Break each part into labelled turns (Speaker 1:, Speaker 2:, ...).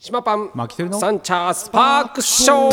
Speaker 1: 島パン
Speaker 2: マキセルの
Speaker 1: サンチャースパークショー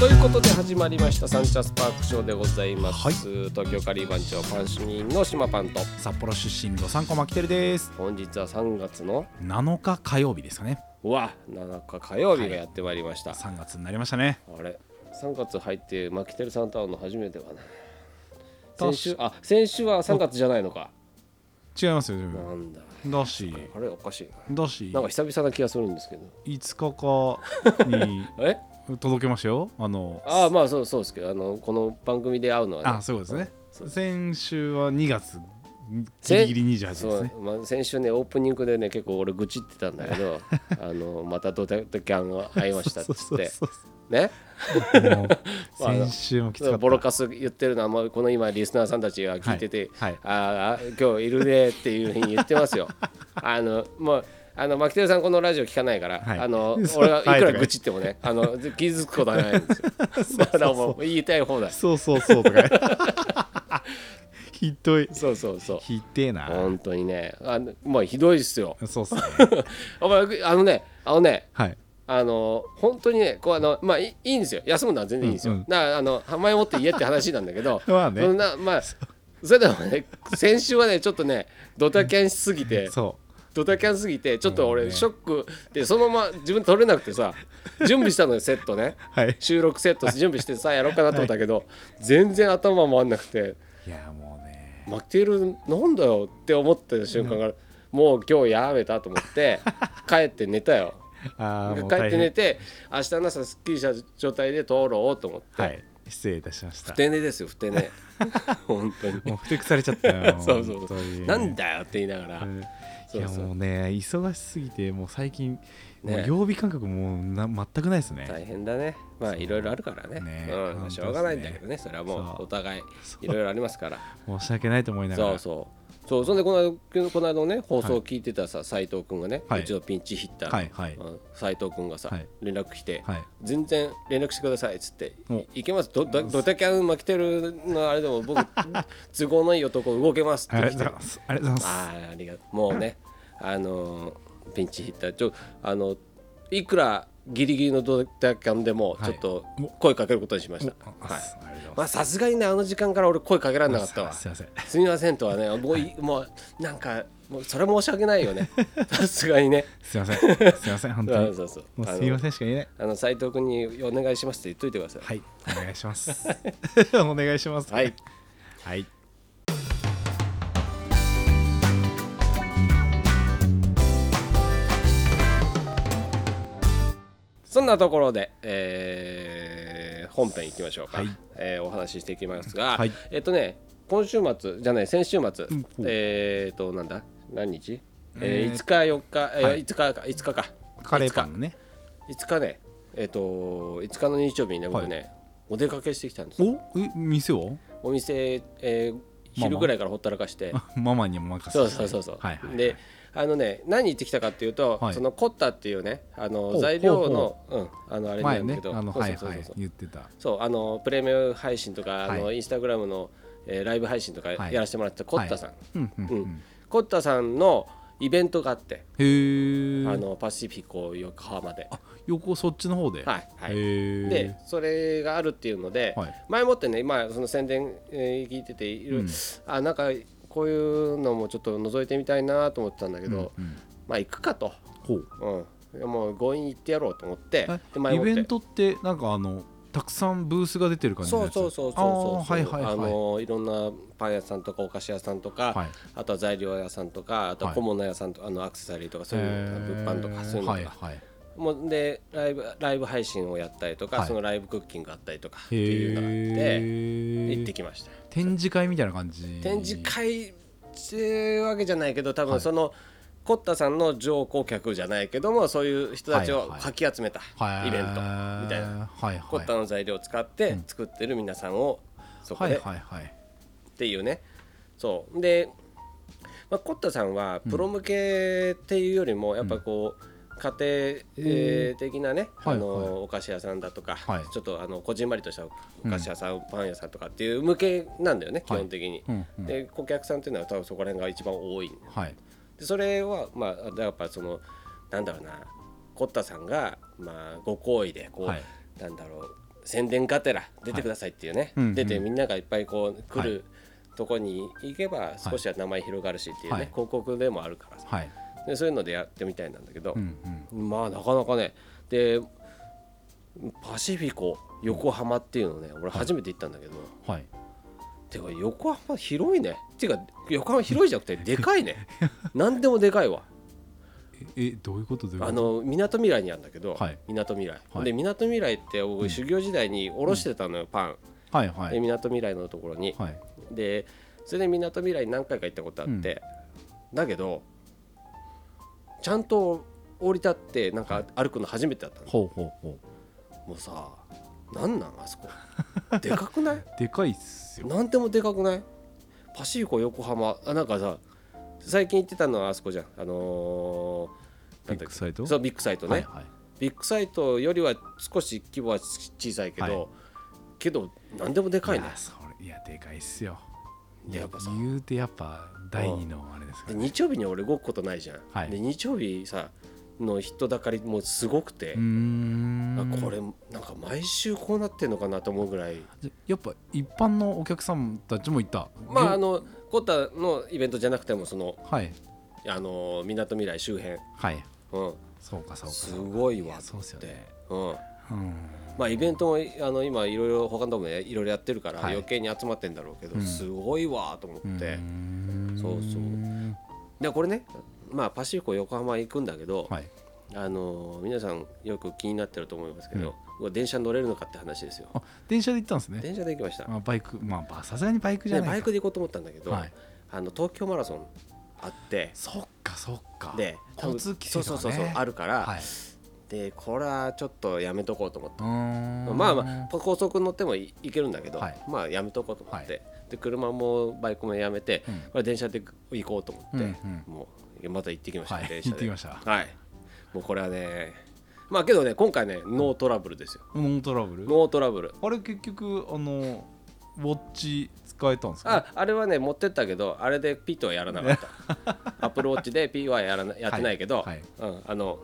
Speaker 1: ということで始まりましたサンチャースパークショーでございます、
Speaker 2: はい
Speaker 1: 東京カリー番長パン主任の島パンと
Speaker 2: 札幌出身の三個マキテルです
Speaker 1: 本日は3月の
Speaker 2: 7日火曜日ですかね
Speaker 1: うわ7日火曜日がやってまいりました、
Speaker 2: 3月になりましたね
Speaker 1: あれ3月入ってマキテルさんと会うの初めてかな先
Speaker 2: 確
Speaker 1: 週あ先週は3月じゃないのか
Speaker 2: 違いますよ全部
Speaker 1: なんだ
Speaker 2: だし
Speaker 1: あれおかしいな
Speaker 2: だし
Speaker 1: なんか久々な気がするんですけど
Speaker 2: 5日かに
Speaker 1: え
Speaker 2: 届けましたよあの
Speaker 1: ああまあそうそうですけどあのこの番組で会うのは、ね、
Speaker 2: あそうですね
Speaker 1: そう
Speaker 2: 先週は2月ギ
Speaker 1: せ
Speaker 2: リギリ28ですね
Speaker 1: そうまあ、先週ねオープニングでね結構俺愚痴ってたんだけ どあのまたドタキャンが会いましたっ
Speaker 2: そう
Speaker 1: つ
Speaker 2: そ
Speaker 1: っ
Speaker 2: う
Speaker 1: て
Speaker 2: そう
Speaker 1: ね
Speaker 2: もう先週もきつかった
Speaker 1: ボロカス言ってるのはもうこの今リスナーさんたちが聞いてて、
Speaker 2: はいはい
Speaker 1: あーあ今日いるねっていうふうに言ってます よあのもうあの牧輝さんこのラジオ聞かないから、
Speaker 2: はい
Speaker 1: あの
Speaker 2: そう
Speaker 1: 俺はいく
Speaker 2: は
Speaker 1: ら
Speaker 2: い
Speaker 1: 愚痴ってもねあの傷つくことはないんです よ だからもう言いたい放題
Speaker 2: そうそうそうとか ひどい
Speaker 1: そうそうそう
Speaker 2: ひでえな
Speaker 1: 本当にねあのもうひどいっすよ
Speaker 2: そうっすね
Speaker 1: お前あのねあのね
Speaker 2: はい
Speaker 1: あの本当にねこうあのまあいいいいんですよ休むのは全然いいんですよ、
Speaker 2: うんうん
Speaker 1: だからあの前もって言えって話なんだけど
Speaker 2: まあね
Speaker 1: そんなまあそれでもね先週はねちょっとねドタキャンしすぎて
Speaker 2: そ
Speaker 1: ドタキャンすぎてちょっと
Speaker 2: もう
Speaker 1: 俺
Speaker 2: ね
Speaker 1: ショックでそのまま自分取れなくてさ準備したのよセットね
Speaker 2: うはい
Speaker 1: 収録セット準備してさやろうかなと思ったけど、全然頭回んなくて
Speaker 2: いやもうね
Speaker 1: 負けてるなんだよって思った瞬間からもう今日やめたと思って帰って寝たよ。
Speaker 2: あーもう
Speaker 1: 帰っ
Speaker 2: 大
Speaker 1: て
Speaker 2: 変
Speaker 1: 寝て明日の朝すっきりした状態で通ろうと思って、
Speaker 2: はい失礼いたしました
Speaker 1: ふて寝ですよふて 寝本当に
Speaker 2: もうふてくされちゃったよ
Speaker 1: そうそうそう
Speaker 2: 本当に
Speaker 1: なんだよって言いながら、
Speaker 2: うんい
Speaker 1: そう
Speaker 2: や
Speaker 1: そう
Speaker 2: もうね忙しすぎてもう最近も
Speaker 1: ね
Speaker 2: う曜日感覚もうな全くないですね
Speaker 1: 大変だねまあいろいろあるからね
Speaker 2: ね
Speaker 1: うんまあ、しょうがないんだけどねそれはもう
Speaker 2: そう
Speaker 1: お互い
Speaker 2: そう
Speaker 1: いろいろありますから
Speaker 2: 申し訳ないと思いなが
Speaker 1: そ
Speaker 2: ら
Speaker 1: うそうそうそんでこの間この間のね放送を聞いてたさ斎、藤君がね、
Speaker 2: はいう
Speaker 1: ちのピンチヒッタ
Speaker 2: は
Speaker 1: ー
Speaker 2: いはい
Speaker 1: の斎、藤君がさ、
Speaker 2: はい
Speaker 1: 連絡来て、
Speaker 2: はい
Speaker 1: 全然連絡してくださいっつって
Speaker 2: お
Speaker 1: 「いいけますドドドタキャン負けてるのあれでも 僕都合のいい男動けます」っ
Speaker 2: あ
Speaker 1: て
Speaker 2: り
Speaker 1: 来て
Speaker 2: がとうございますありがとうございます
Speaker 1: あーありがとうもうねあのーピンチヒッターちょあのいくらギリギリのドタキャンでも
Speaker 2: は
Speaker 1: ち
Speaker 2: い
Speaker 1: ょっと
Speaker 2: お
Speaker 1: 声かけることにしました
Speaker 2: お
Speaker 1: はい
Speaker 2: ありがとうございます
Speaker 1: まあさすがにねあの時間から俺声かけられなかったわ
Speaker 2: すいません
Speaker 1: すみませんとはねもういもうなんかもうそれ申し訳ないよ ねさすがにね
Speaker 2: すいませ んすいません本当
Speaker 1: そう
Speaker 2: に
Speaker 1: そうそう
Speaker 2: もう
Speaker 1: あ
Speaker 2: すいま
Speaker 1: の
Speaker 2: せんしか言えない
Speaker 1: あの斉藤君にお願いしますって言っといてください
Speaker 2: はいお願いします お願いします
Speaker 1: はい
Speaker 2: はい
Speaker 1: そんなところで、えー本編いきましょうか、
Speaker 2: はい
Speaker 1: えーお話ししていきますが、
Speaker 2: はい
Speaker 1: えっとね今週末じゃない先週末、
Speaker 2: うん
Speaker 1: えーっとなんだ何日、えー
Speaker 2: えー
Speaker 1: 5日4日、えー
Speaker 2: はい
Speaker 1: 5日か5日か
Speaker 2: カレーパンのね
Speaker 1: 5日5日ねえーっと5日の日曜日にね僕ね、お出かけしてきたんですよ
Speaker 2: おえ店を
Speaker 1: お店、えー
Speaker 2: まあ
Speaker 1: 昼ぐらいからほったらかして、
Speaker 2: あママにも任せ
Speaker 1: そう
Speaker 2: て
Speaker 1: そうそうそう、
Speaker 2: はいはいはい
Speaker 1: であのね何行ってきたかっていうと、
Speaker 2: はい
Speaker 1: そのコッタっていうねあの
Speaker 2: ほう
Speaker 1: 材料のうんあのあれな
Speaker 2: 前
Speaker 1: んだけ
Speaker 2: ね
Speaker 1: ど、
Speaker 2: あの
Speaker 1: そう
Speaker 2: は
Speaker 1: そ
Speaker 2: いう
Speaker 1: そう
Speaker 2: は
Speaker 1: そう
Speaker 2: い言ってた
Speaker 1: そうあのプレミアム配信とか、
Speaker 2: はい
Speaker 1: あのインスタグラムの、えーライブ配信とか
Speaker 2: はい
Speaker 1: やらせてもらってたコッタさん、
Speaker 2: うんうんう
Speaker 1: うん
Speaker 2: ん
Speaker 1: コッタさんのイベントがあって、
Speaker 2: へえ
Speaker 1: あのパシフィコ横浜で。
Speaker 2: あ横そっちの方で
Speaker 1: はいはい
Speaker 2: へえ
Speaker 1: でそれがあるっていうので、
Speaker 2: はい
Speaker 1: 前もってね今その宣伝、えー聞いてている、
Speaker 2: うん
Speaker 1: あなんかこういうのもちょっと覗いてみたいなと思ってたんだけ
Speaker 2: うん
Speaker 1: ど、
Speaker 2: うん
Speaker 1: まあ行くかと、
Speaker 2: ほう
Speaker 1: うん、もう強引に行ってやろうと思って
Speaker 2: え
Speaker 1: で前
Speaker 2: イ
Speaker 1: もって
Speaker 2: ベントってなんかあのたくさんブースが出てる感じの
Speaker 1: そう
Speaker 2: やつ
Speaker 1: そうそうそう
Speaker 2: あ
Speaker 1: そう
Speaker 2: ーはいはいはい
Speaker 1: あのいろんなパン屋さんとかお菓子屋さんとか、
Speaker 2: はい
Speaker 1: あとは材料屋さんとかあとは
Speaker 2: は
Speaker 1: 小
Speaker 2: い
Speaker 1: 物屋さんとか、あのアクセサリーとかそういう
Speaker 2: へー
Speaker 1: 物販とかそういうのとか、
Speaker 2: はいはい
Speaker 1: もうでライブライブ配信をやったりとか、
Speaker 2: はい
Speaker 1: そのライブクッキングがあったりとかっていうのがあって
Speaker 2: へ
Speaker 1: 行って
Speaker 2: え
Speaker 1: きました
Speaker 2: 展示会みたいな感じ
Speaker 1: 展示会っていうわけじゃないけど多
Speaker 2: は
Speaker 1: 分
Speaker 2: い
Speaker 1: その、コッタさんの上顧客じゃないけどもそういう人たち
Speaker 2: はい
Speaker 1: を
Speaker 2: はい
Speaker 1: かき集めた
Speaker 2: はい
Speaker 1: イベントみたいな、
Speaker 2: はいはい
Speaker 1: コッタの材料を使って作ってる皆さんをそこ
Speaker 2: はい
Speaker 1: で
Speaker 2: はいはい
Speaker 1: っっていうねそうで、まあ、コッタさんはプロ向けっていうよりもやっぱこう、家庭えー的なね、
Speaker 2: はい
Speaker 1: あの
Speaker 2: はい
Speaker 1: お菓子屋さんだとか、
Speaker 2: はい
Speaker 1: ちょっとあのこじんまりとしたお菓子屋さん、パン屋さんとかっていう向けなんだよね、
Speaker 2: はい
Speaker 1: 基本的に、
Speaker 2: うんうん
Speaker 1: で顧客さんっていうのは多分そこら辺が一番多い
Speaker 2: はい
Speaker 1: でそれはまあだからやっぱそのなんだろうなコッタさんが、まあ、ご好意でこう、
Speaker 2: はい
Speaker 1: なんだろう宣伝がてら出てくださいっていうね、
Speaker 2: うんうん
Speaker 1: 出てみんながいっぱいこう来る、とこに行けば少しは名前広がるしっていうね、
Speaker 2: はい
Speaker 1: 広告でもあるからさ
Speaker 2: はい
Speaker 1: でそういうのでやってみたいなんだけど
Speaker 2: う、んうん
Speaker 1: まあなかなかねでパシフィコ横浜っていうのね俺初めて行ったんだけど、
Speaker 2: はい
Speaker 1: てか横浜広いねていうか横浜広いじゃなくてでかい ね何でもでかいわ
Speaker 2: ええどういうことどういうこと
Speaker 1: あの港未来にあるんだけど、
Speaker 2: はい
Speaker 1: みなとみらい、
Speaker 2: はい
Speaker 1: でみなとみらいって僕修行時代に卸してたのよ、パン
Speaker 2: はいは
Speaker 1: で
Speaker 2: い
Speaker 1: みなとみらいのところに、
Speaker 2: はい
Speaker 1: でそれでみなとみらいに何回か行ったことあって、だけどちゃんと降り立ってなんか歩くの初めてだったの、
Speaker 2: ほうほうほ
Speaker 1: もうさなんなんあそ こでかくないう
Speaker 2: でかいっすよ
Speaker 1: なんでもでかくないパシフィコ横浜あなんかさ最近行ってたのはあそこじゃんあのーなんだっけ
Speaker 2: ビッグサイト
Speaker 1: そうビッグサイトね、
Speaker 2: はいはい
Speaker 1: ビッグサイトよりは少し規模は小さいけど、
Speaker 2: はい
Speaker 1: けど何でもでかいね
Speaker 2: やそれいやでかいっすよいや
Speaker 1: やっぱさ
Speaker 2: 言うてやっぱ第二のあれですか
Speaker 1: で
Speaker 2: ら
Speaker 1: 日曜日に俺動くことないじゃん、
Speaker 2: はい
Speaker 1: で日曜日さの人だかりもすごくて
Speaker 2: うー、ん
Speaker 1: あこれなんか毎週こうなってんのかなと思うぐらい
Speaker 2: じゃやっぱ一般のお客さんたちもいた
Speaker 1: まああ
Speaker 2: よ
Speaker 1: のコッタのイベントじゃなくてもその
Speaker 2: はい
Speaker 1: あのみなとみらい周辺、
Speaker 2: はい
Speaker 1: うん、
Speaker 2: そうかそうか
Speaker 1: すごい
Speaker 2: い
Speaker 1: わ
Speaker 2: やそうっすよ
Speaker 1: って
Speaker 2: ね
Speaker 1: うん
Speaker 2: うん
Speaker 1: まあイベントもあの今いろいろ他のとこもねいろいろやってるから
Speaker 2: はい
Speaker 1: 余計に集まってんだろうけど、
Speaker 2: うん
Speaker 1: すごいわと思
Speaker 2: う
Speaker 1: って、
Speaker 2: ーん
Speaker 1: そうでこれねまあパシフィコ横浜行くんだけど、
Speaker 2: はい
Speaker 1: あのー皆さんよく気になってると思いますけど、うわ電車に乗れるのかって話ですよ
Speaker 2: あ電車で行ったんですね
Speaker 1: 電車で行きました、
Speaker 2: あバイクまあばさすがにバイクじ
Speaker 1: で
Speaker 2: ゃないか
Speaker 1: バイクで行こうと思ったんだけど、
Speaker 2: はい
Speaker 1: あの東京マラソンあって
Speaker 2: そっかそっか
Speaker 1: で多分
Speaker 2: 交通規制
Speaker 1: そう
Speaker 2: と
Speaker 1: そ
Speaker 2: か
Speaker 1: う
Speaker 2: ね
Speaker 1: そうそうあるから、
Speaker 2: はい
Speaker 1: でこれはちょっとやめとこうと思って。
Speaker 2: うーん
Speaker 1: まあまあ高速乗ってもい行けるんだけど、
Speaker 2: はい
Speaker 1: まあやめとこうと思って、で車もバイクもやめて、
Speaker 2: うん
Speaker 1: これ電車で行こうと思って、
Speaker 2: うん
Speaker 1: もうまた行ってきました、
Speaker 2: はい
Speaker 1: 電車で
Speaker 2: 行ってきました
Speaker 1: はいもうこれはねまあけどね今回ねノートラブルですよ、
Speaker 2: ノントラブル
Speaker 1: ノートラブル
Speaker 2: あれ結局あのウォッチ使えたんですか
Speaker 1: ああれはね持ってったけどあれでピットはやらなかった アップルウォッチでピーはやらなやってないけど、
Speaker 2: はい
Speaker 1: うん、あの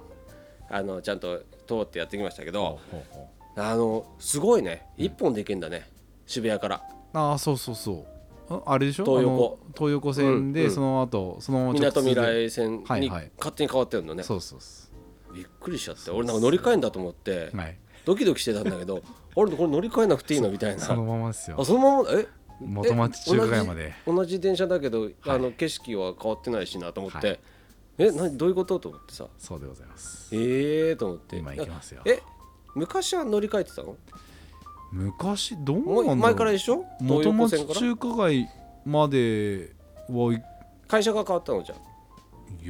Speaker 1: あのちゃんと通ってやってきましたけ
Speaker 2: ほ
Speaker 1: ど、
Speaker 2: うほうほう
Speaker 1: あのすごいね一本で行けんだね、渋谷から
Speaker 2: ああそうそうそうああれでしょ
Speaker 1: 東横
Speaker 2: あの東横線
Speaker 1: うん
Speaker 2: で
Speaker 1: うん
Speaker 2: その後そのまま
Speaker 1: み
Speaker 2: 直
Speaker 1: なと
Speaker 2: 通
Speaker 1: み
Speaker 2: で
Speaker 1: らい線に
Speaker 2: はいはい
Speaker 1: 勝手に変わってるのね、
Speaker 2: そうそうそ
Speaker 1: びっくりしちゃって俺なんか乗り換えんだと思って
Speaker 2: うはい
Speaker 1: ドキドキしてたんだけど あれこれ乗り換えなくていいのみたいな
Speaker 2: そのままです
Speaker 1: あ
Speaker 2: よ
Speaker 1: そのままえ
Speaker 2: 元町中華街まで
Speaker 1: え同じ同じ電車だけど、あの景色は変わってないしなと思って、え何どういうことと思ってさ
Speaker 2: そうでございます
Speaker 1: ええー、と思って
Speaker 2: 今行きますよ
Speaker 1: え昔は乗り換えてたの
Speaker 2: 昔ど
Speaker 1: も
Speaker 2: うな
Speaker 1: うん
Speaker 2: だ
Speaker 1: 前
Speaker 2: ろ
Speaker 1: から
Speaker 2: う
Speaker 1: でしょ東
Speaker 2: 元
Speaker 1: 横線
Speaker 2: 町
Speaker 1: から
Speaker 2: 中華街まではいい
Speaker 1: 会社が変わったのじゃん
Speaker 2: や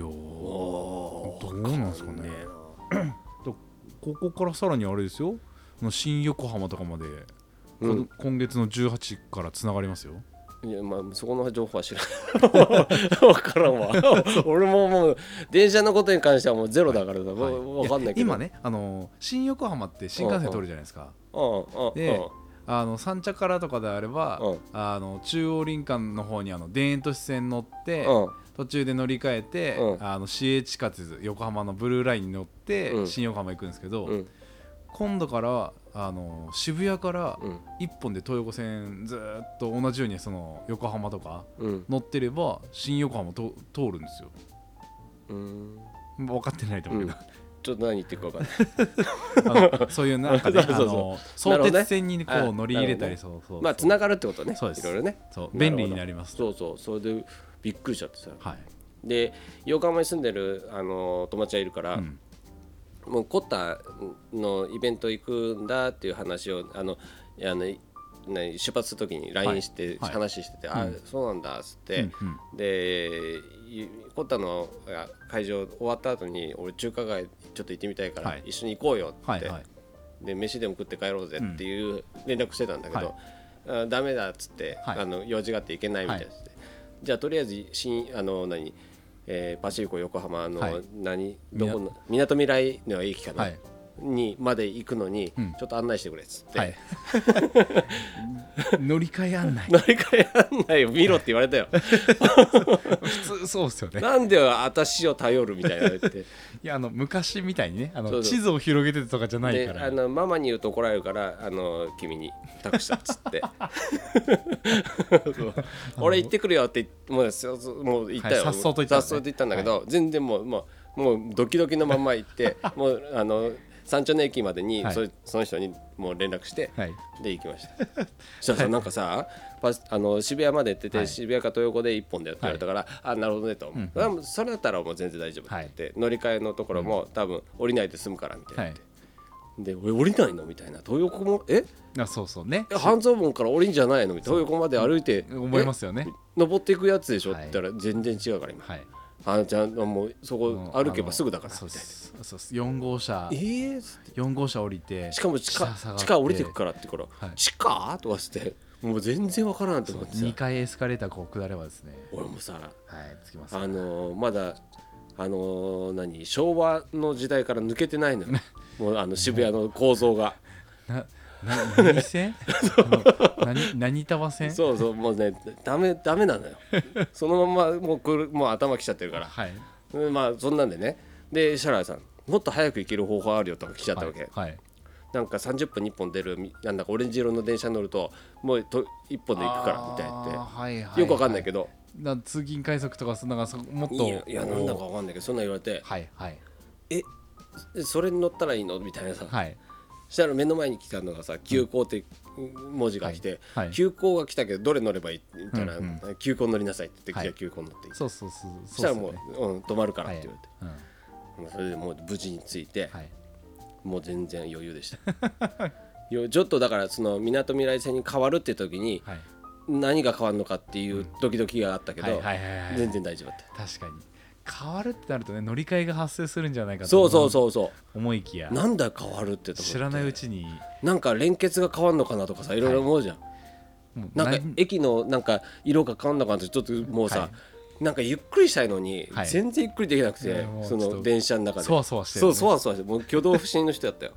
Speaker 2: ー
Speaker 1: お
Speaker 2: どうなんすかねここからさらにあれですよあの新横浜とかまで、
Speaker 1: うん
Speaker 2: こ今月の18からつながりますよ
Speaker 1: いやまあそこの情報は知らない 分からんわ 俺ももう電車のことに関してはもうゼロだからさ、
Speaker 2: はい
Speaker 1: 分かんないけど
Speaker 2: 今ねあの新横浜って新幹線通るじゃないですか
Speaker 1: うんうん
Speaker 2: であの三茶からとかであれば、
Speaker 1: うん
Speaker 2: あの中央林間の方にあの田園都市線乗って、
Speaker 1: うんうん
Speaker 2: 途中で乗り換えて、
Speaker 1: うん
Speaker 2: あの市営地下鉄横浜のブルーラインに乗って、
Speaker 1: うん
Speaker 2: 新横浜行くんですけど、
Speaker 1: うん
Speaker 2: 今度からあの渋谷から
Speaker 1: うん
Speaker 2: 一本で東横線ずーっと同じようにその横浜とか
Speaker 1: うん
Speaker 2: 乗ってれば新横浜と通るんですよ
Speaker 1: うん
Speaker 2: 分かってないと思うけ
Speaker 1: ちょっと何言ってるか分かんない
Speaker 2: ど、あのそういうなんかね
Speaker 1: そうそうそう
Speaker 2: あの
Speaker 1: なるほど
Speaker 2: 相
Speaker 1: ね
Speaker 2: 鉄線にこ
Speaker 1: あ
Speaker 2: う乗り入れたり、
Speaker 1: なる
Speaker 2: そうそうそう
Speaker 1: まあつながるってことね
Speaker 2: そうです
Speaker 1: いろいろね
Speaker 2: そう
Speaker 1: なる
Speaker 2: 便
Speaker 1: ほど
Speaker 2: 利になります
Speaker 1: そうそうそれでびっくりしちゃってさ
Speaker 2: はい、
Speaker 1: で横浜に住んでるあの友達がいるから、
Speaker 2: うん
Speaker 1: もうコッタのイベント行くんだっていう話をあのあの何出発するときに LINE して、
Speaker 2: はい
Speaker 1: 話してて、あそうなんだっつっ
Speaker 2: う
Speaker 1: て、
Speaker 2: んうん
Speaker 1: でいコッタのあ会場終わった後に俺中華街ちょっと行ってみたいから、
Speaker 2: はい
Speaker 1: 一緒に行こうよって、
Speaker 2: はいはい
Speaker 1: で飯でも食って帰ろうぜっていう連絡してたんだけど、
Speaker 2: はい
Speaker 1: あダメだっつって、
Speaker 2: はい
Speaker 1: あの用事があって行けないみたいです、じゃあとりあえず新あの何、えーパシフィコ横浜の、
Speaker 2: はい
Speaker 1: 何どこのみなとみらいの駅かな、
Speaker 2: はい
Speaker 1: にまで行くのに、
Speaker 2: うん
Speaker 1: ちょっと案内してくれっつって、
Speaker 2: はい乗り換え案内
Speaker 1: 乗り換え案内を見ろって言われた よ
Speaker 2: 普通そうですよね
Speaker 1: なんで私を頼るみたいな言って
Speaker 2: いやあの昔みたいにねあ
Speaker 1: そ
Speaker 2: の
Speaker 1: うそう
Speaker 2: 地図を広げてとかじゃない
Speaker 1: で
Speaker 2: から
Speaker 1: あのママに言うと怒られるからあの君に託したっつ ってそう俺行ってくるよって言ってもうそうそうもう行ったよ、
Speaker 2: はい颯爽と行ったんだね
Speaker 1: 颯爽言ったんだけど、全然もうもうもうドキドキのまんま行って もうあの山頂の駅までに、
Speaker 2: はい
Speaker 1: そその人にもう連絡して、
Speaker 2: はい
Speaker 1: で行きました そしたらさなんかさパスあの渋谷まで行ってて、
Speaker 2: はい
Speaker 1: 渋谷か豊横で一本でやって言われたから、あなるほどねと、
Speaker 2: ん
Speaker 1: それはそれだったらもう全然大丈夫って言って、乗り換えのところも、多分降りないで済むからみたいな
Speaker 2: は
Speaker 1: 言っ
Speaker 2: い
Speaker 1: て。で俺降りないのみたいな東横もえ
Speaker 2: あそうそうね
Speaker 1: え半蔵門から降りんじゃないのみたいな東横まで歩いて
Speaker 2: 思いますよね
Speaker 1: え登っていくやつでしょっ
Speaker 2: はい
Speaker 1: て言ったら全然違うから今、
Speaker 2: はい
Speaker 1: あじゃあもうそこ
Speaker 2: あの
Speaker 1: 歩けばすぐだから
Speaker 2: そ
Speaker 1: み
Speaker 2: うで
Speaker 1: たいな
Speaker 2: すそうです4号車
Speaker 1: えーっつって
Speaker 2: 4号車降りて
Speaker 1: しかも地下
Speaker 2: 下下がって
Speaker 1: 地下降りてくからって言うから、
Speaker 2: はい
Speaker 1: 地下とかしてもう全然わからんと思ってさ
Speaker 2: 2階エスカレーターこう下ればですね
Speaker 1: 俺もさ
Speaker 2: はいつきます
Speaker 1: あのーまだあのー何昭和の時代から抜けてない のよもうあの渋谷の構造が
Speaker 2: なな何線あの何何束線
Speaker 1: そうそうもうねダメダメな のよそのままもうくるもう頭きちゃってるから
Speaker 2: はい
Speaker 1: うんまあそんなんでねで設楽さんもっと早く行ける方法あるよとか来ちゃったわけ、
Speaker 2: はいはい
Speaker 1: なんか30分に1本出るみなんだかオレンジ色の電車乗るともうと1本で行くからみたいな
Speaker 2: あ
Speaker 1: っ
Speaker 2: ーはいは
Speaker 1: てよくわかんないけ
Speaker 2: ど
Speaker 1: ど、
Speaker 2: 通勤快速とかそんながそもっと
Speaker 1: いやいやなんだかわかんないけどそんなん言われて
Speaker 2: はいはい
Speaker 1: えそれに乗ったらいいのみたいなさ、
Speaker 2: はい
Speaker 1: したら目の前に来たのがさ急行って文字が来て、
Speaker 2: はいはい
Speaker 1: 急行が来たけどどれ乗ればいいみたいな、
Speaker 2: うん
Speaker 1: 急行乗りなさいって言って、
Speaker 2: はい
Speaker 1: じゃあ急行乗って
Speaker 2: そうそうそう
Speaker 1: そし
Speaker 2: そ
Speaker 1: たら
Speaker 2: うっす
Speaker 1: も
Speaker 2: よ
Speaker 1: う
Speaker 2: ね、
Speaker 1: うん、止まるから
Speaker 2: は
Speaker 1: っ
Speaker 2: い
Speaker 1: て言わ
Speaker 2: うん
Speaker 1: れて、それでもう無事に着いて、
Speaker 2: はい
Speaker 1: もう全然余裕でした よちょっとだからそのみなとみらい線に変わるって時に
Speaker 2: はい
Speaker 1: 何が変わるのかっていうドキドキがあったけど、
Speaker 2: はいはいはいはい
Speaker 1: 全然大丈夫だっ
Speaker 2: 確かに変わるってなるとね乗り換えが発生するんじゃないか
Speaker 1: た
Speaker 2: と
Speaker 1: そうそう
Speaker 2: う
Speaker 1: そうそ
Speaker 2: 思いきや
Speaker 1: うなんだ変わるってとこ
Speaker 2: 知らないう
Speaker 1: ち
Speaker 2: ちに
Speaker 1: なんか連結が変わるのかなとかさいろいろ思うじゃん、
Speaker 2: もう
Speaker 1: なんか
Speaker 2: 何
Speaker 1: 駅のなんか色が変わんのかなってちょっともうさ、
Speaker 2: は
Speaker 1: なんかゆっくりしたいのに、
Speaker 2: はい
Speaker 1: 全然ゆっくりできなく
Speaker 2: い
Speaker 1: て
Speaker 2: やもう
Speaker 1: そ
Speaker 2: ちょっ
Speaker 1: の
Speaker 2: と
Speaker 1: 電車の中で
Speaker 2: そわそわしてる
Speaker 1: そ
Speaker 2: よ
Speaker 1: う
Speaker 2: ね
Speaker 1: そわそわしてもう挙動不審の人だ ったよ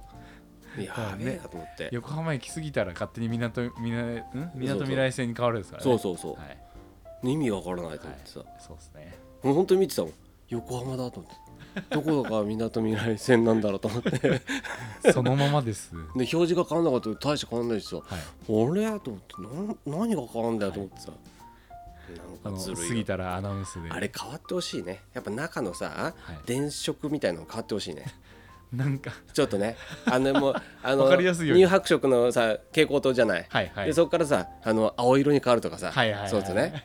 Speaker 1: やべえ
Speaker 2: ね
Speaker 1: なと思って、
Speaker 2: 横浜駅過ぎたら勝手に港みなうん港未来線に変わるですからね
Speaker 1: そうそうそう、
Speaker 2: はい
Speaker 1: 意味わからないと思ってさ、
Speaker 2: そうですね
Speaker 1: もう本当に見てたもん横浜だと思ってどこだかみなとみらい線なんだろうと思って で
Speaker 2: そのままですは
Speaker 1: 表示が変わんなかったけど大して変わんないしさ
Speaker 2: い
Speaker 1: 俺やと思ってなん何が変わんだよと思ってさ、
Speaker 2: あ
Speaker 1: なん
Speaker 2: の
Speaker 1: かず
Speaker 2: 過
Speaker 1: るいよ
Speaker 2: ぎたらアナウンスで
Speaker 1: あれ変わってほしいねやっぱ中のさ、
Speaker 2: はい
Speaker 1: 電飾みたいなの変わってほしいね
Speaker 2: なんか
Speaker 1: ちょっとねあの もうあの
Speaker 2: わかりやすいように
Speaker 1: 乳白色のさ蛍光灯じゃない、
Speaker 2: はいはい
Speaker 1: でそこからさあの青色に変わるとかさ、
Speaker 2: はいはいはい
Speaker 1: そうです ね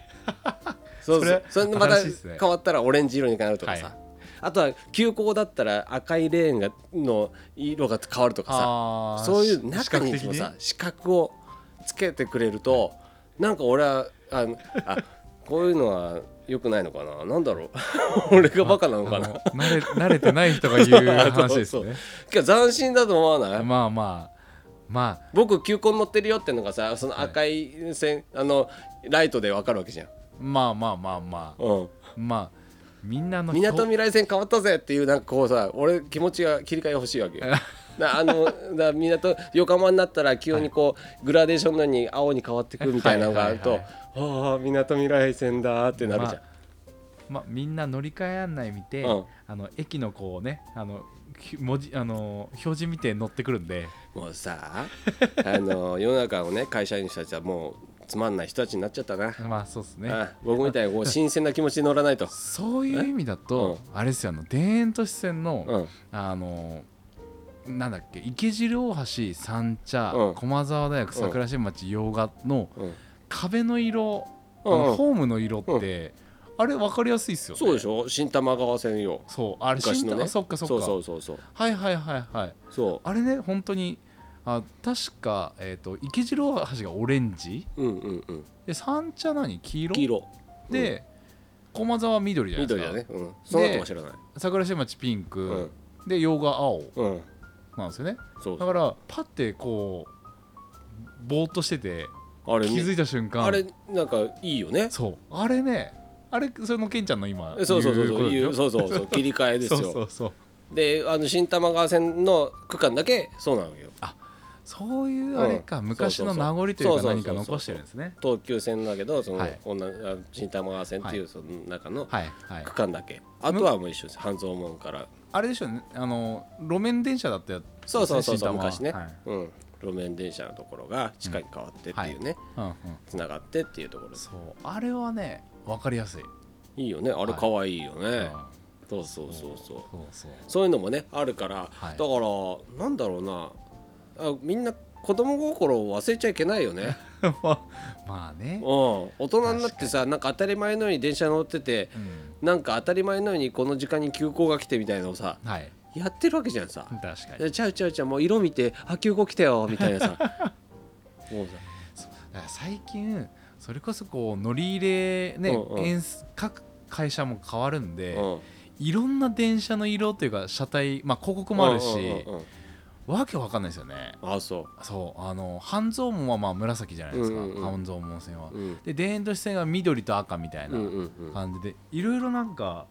Speaker 1: そうそ
Speaker 2: そ
Speaker 1: う
Speaker 2: れ
Speaker 1: それでまた
Speaker 2: 新しいっすね
Speaker 1: 変わったらオレンジ色に変わるとかさ、
Speaker 2: はい
Speaker 1: あとは急行だったら赤いレーンがの色が変わるとかさ
Speaker 2: あー
Speaker 1: そういう
Speaker 2: し
Speaker 1: 中に
Speaker 2: 視覚
Speaker 1: も
Speaker 2: 的
Speaker 1: さ
Speaker 2: ね
Speaker 1: 視覚をつけてくれるとなんか俺はあの あこういうのは良くないのかななんだろう 俺がバカなのか
Speaker 2: あ
Speaker 1: な
Speaker 2: の慣れ 慣れてない人が言う話です
Speaker 1: そうそう
Speaker 2: ね
Speaker 1: いや斬新だと思わない
Speaker 2: まあまあまあ
Speaker 1: 僕球根乗ってるよってのがさその赤い線、あのライトでわかるわけじゃん、
Speaker 2: まあまあまあま
Speaker 1: うん、
Speaker 2: あまあみんなあの
Speaker 1: みなとみらい線変わったぜっていうなんかこうさ俺気持ちが切り替え欲しいわけよ だあのだみなと横浜になったら急にこう、グラデーションのように青に変わってくみたいなのがあると、
Speaker 2: はいは
Speaker 1: ああみなとみらい線だーってなるじゃん、
Speaker 2: まあ、みんな乗り換え案内見て、
Speaker 1: うん
Speaker 2: あの駅のこうねあのき文字あの表示見て乗ってくるんで
Speaker 1: もうさあの世の中をね会社員の人たちはもうつまんない人たちになっちゃったな、
Speaker 2: まあそうですね
Speaker 1: あ僕みたいにこ う新鮮な気持ちで乗らないと、
Speaker 2: そういう意味だと、あれですよあの田園都市線の、
Speaker 1: うん、
Speaker 2: あのなんだっけ池尻大橋三茶、
Speaker 1: うん
Speaker 2: 駒沢大学桜新町洋画の
Speaker 1: うん
Speaker 2: 壁の色、
Speaker 1: うん
Speaker 2: あのホームの色って、あれ分かりやすいっすよね
Speaker 1: そうでしょ新玉川線よ
Speaker 2: そうあれ
Speaker 1: 昔
Speaker 2: 新
Speaker 1: の
Speaker 2: 田、
Speaker 1: ね
Speaker 2: あそっかそっか
Speaker 1: そうそうそうそう
Speaker 2: はいはいはいはい
Speaker 1: そ
Speaker 2: あれね本当にあ確か、えー、と池尻大橋がオレンジ
Speaker 1: ううんうんうん
Speaker 2: で三茶何黄色
Speaker 1: 黄色
Speaker 2: で、駒沢緑じゃないです
Speaker 1: 緑
Speaker 2: か
Speaker 1: だねうんその後は知らない
Speaker 2: 桜新町ピンク、
Speaker 1: うん
Speaker 2: で洋画青
Speaker 1: うん
Speaker 2: なんですよね
Speaker 1: そう
Speaker 2: だからパッてこうぼーっとしてて
Speaker 1: あれ
Speaker 2: 気づいた瞬間
Speaker 1: あれなんかいいよね
Speaker 2: そうあれねあれそれもケンちゃんの今
Speaker 1: そうそうそう
Speaker 2: 言
Speaker 1: そう
Speaker 2: こ
Speaker 1: いう
Speaker 2: とでしょ
Speaker 1: そうそう そう切り替えですよ
Speaker 2: そうそうそう
Speaker 1: であの新玉川線の区間だけそうなのよ
Speaker 2: そういうあれか、
Speaker 1: うん
Speaker 2: 昔の名残とい
Speaker 1: そううそ
Speaker 2: か
Speaker 1: うそう
Speaker 2: 何か残してるんですね
Speaker 1: 東急線だけどその、
Speaker 2: はい
Speaker 1: 女あ新玉川線っていうその中の
Speaker 2: はいはい
Speaker 1: 区間だけ、あとはもう一緒です半蔵門から
Speaker 2: あれでしょうねあの路面電車だったやつですね、
Speaker 1: そうそうそうそう
Speaker 2: 新玉は
Speaker 1: 昔ね、
Speaker 2: はい
Speaker 1: うん、路面電車のところが地下に変わってっていうね、
Speaker 2: うんうん、
Speaker 1: つながってっていうところです
Speaker 2: そうあれはね分かりやすい、
Speaker 1: いいよねあれ可愛いよね、
Speaker 2: うん
Speaker 1: そうそうそうそう
Speaker 2: そうそう
Speaker 1: そういうのもねあるから、
Speaker 2: はい
Speaker 1: だからなんだろうなあみんな子供心を忘れちゃいけないよ ね、
Speaker 2: まあまあ
Speaker 1: うん、
Speaker 2: ね、
Speaker 1: 大人になってさなんか当たり前のように電車乗ってて
Speaker 2: うん
Speaker 1: なんか当たり前のようにこの時間に急行が来てみたいなのをさ
Speaker 2: はい
Speaker 1: やってるわけじゃんさ
Speaker 2: 確かに
Speaker 1: でちゃうちゃうちゃうもう色見てあ急行来たよみたいな さもうさ
Speaker 2: だから最近それこそこう乗り入れね、
Speaker 1: うんうん
Speaker 2: 演出各会社も変わるんで、
Speaker 1: うん
Speaker 2: いろんな電車の色というか車体、まあ、広告もある
Speaker 1: う
Speaker 2: し、
Speaker 1: んうんうん
Speaker 2: わけわかんないですよね
Speaker 1: あそ
Speaker 2: そうあの半蔵門はまあ紫じゃないですか、
Speaker 1: うんうんうん
Speaker 2: 半蔵門線は、
Speaker 1: ううん
Speaker 2: で田園都市線が緑と赤みたい
Speaker 1: うん
Speaker 2: な
Speaker 1: うんうん
Speaker 2: 感じで、いろいろなんか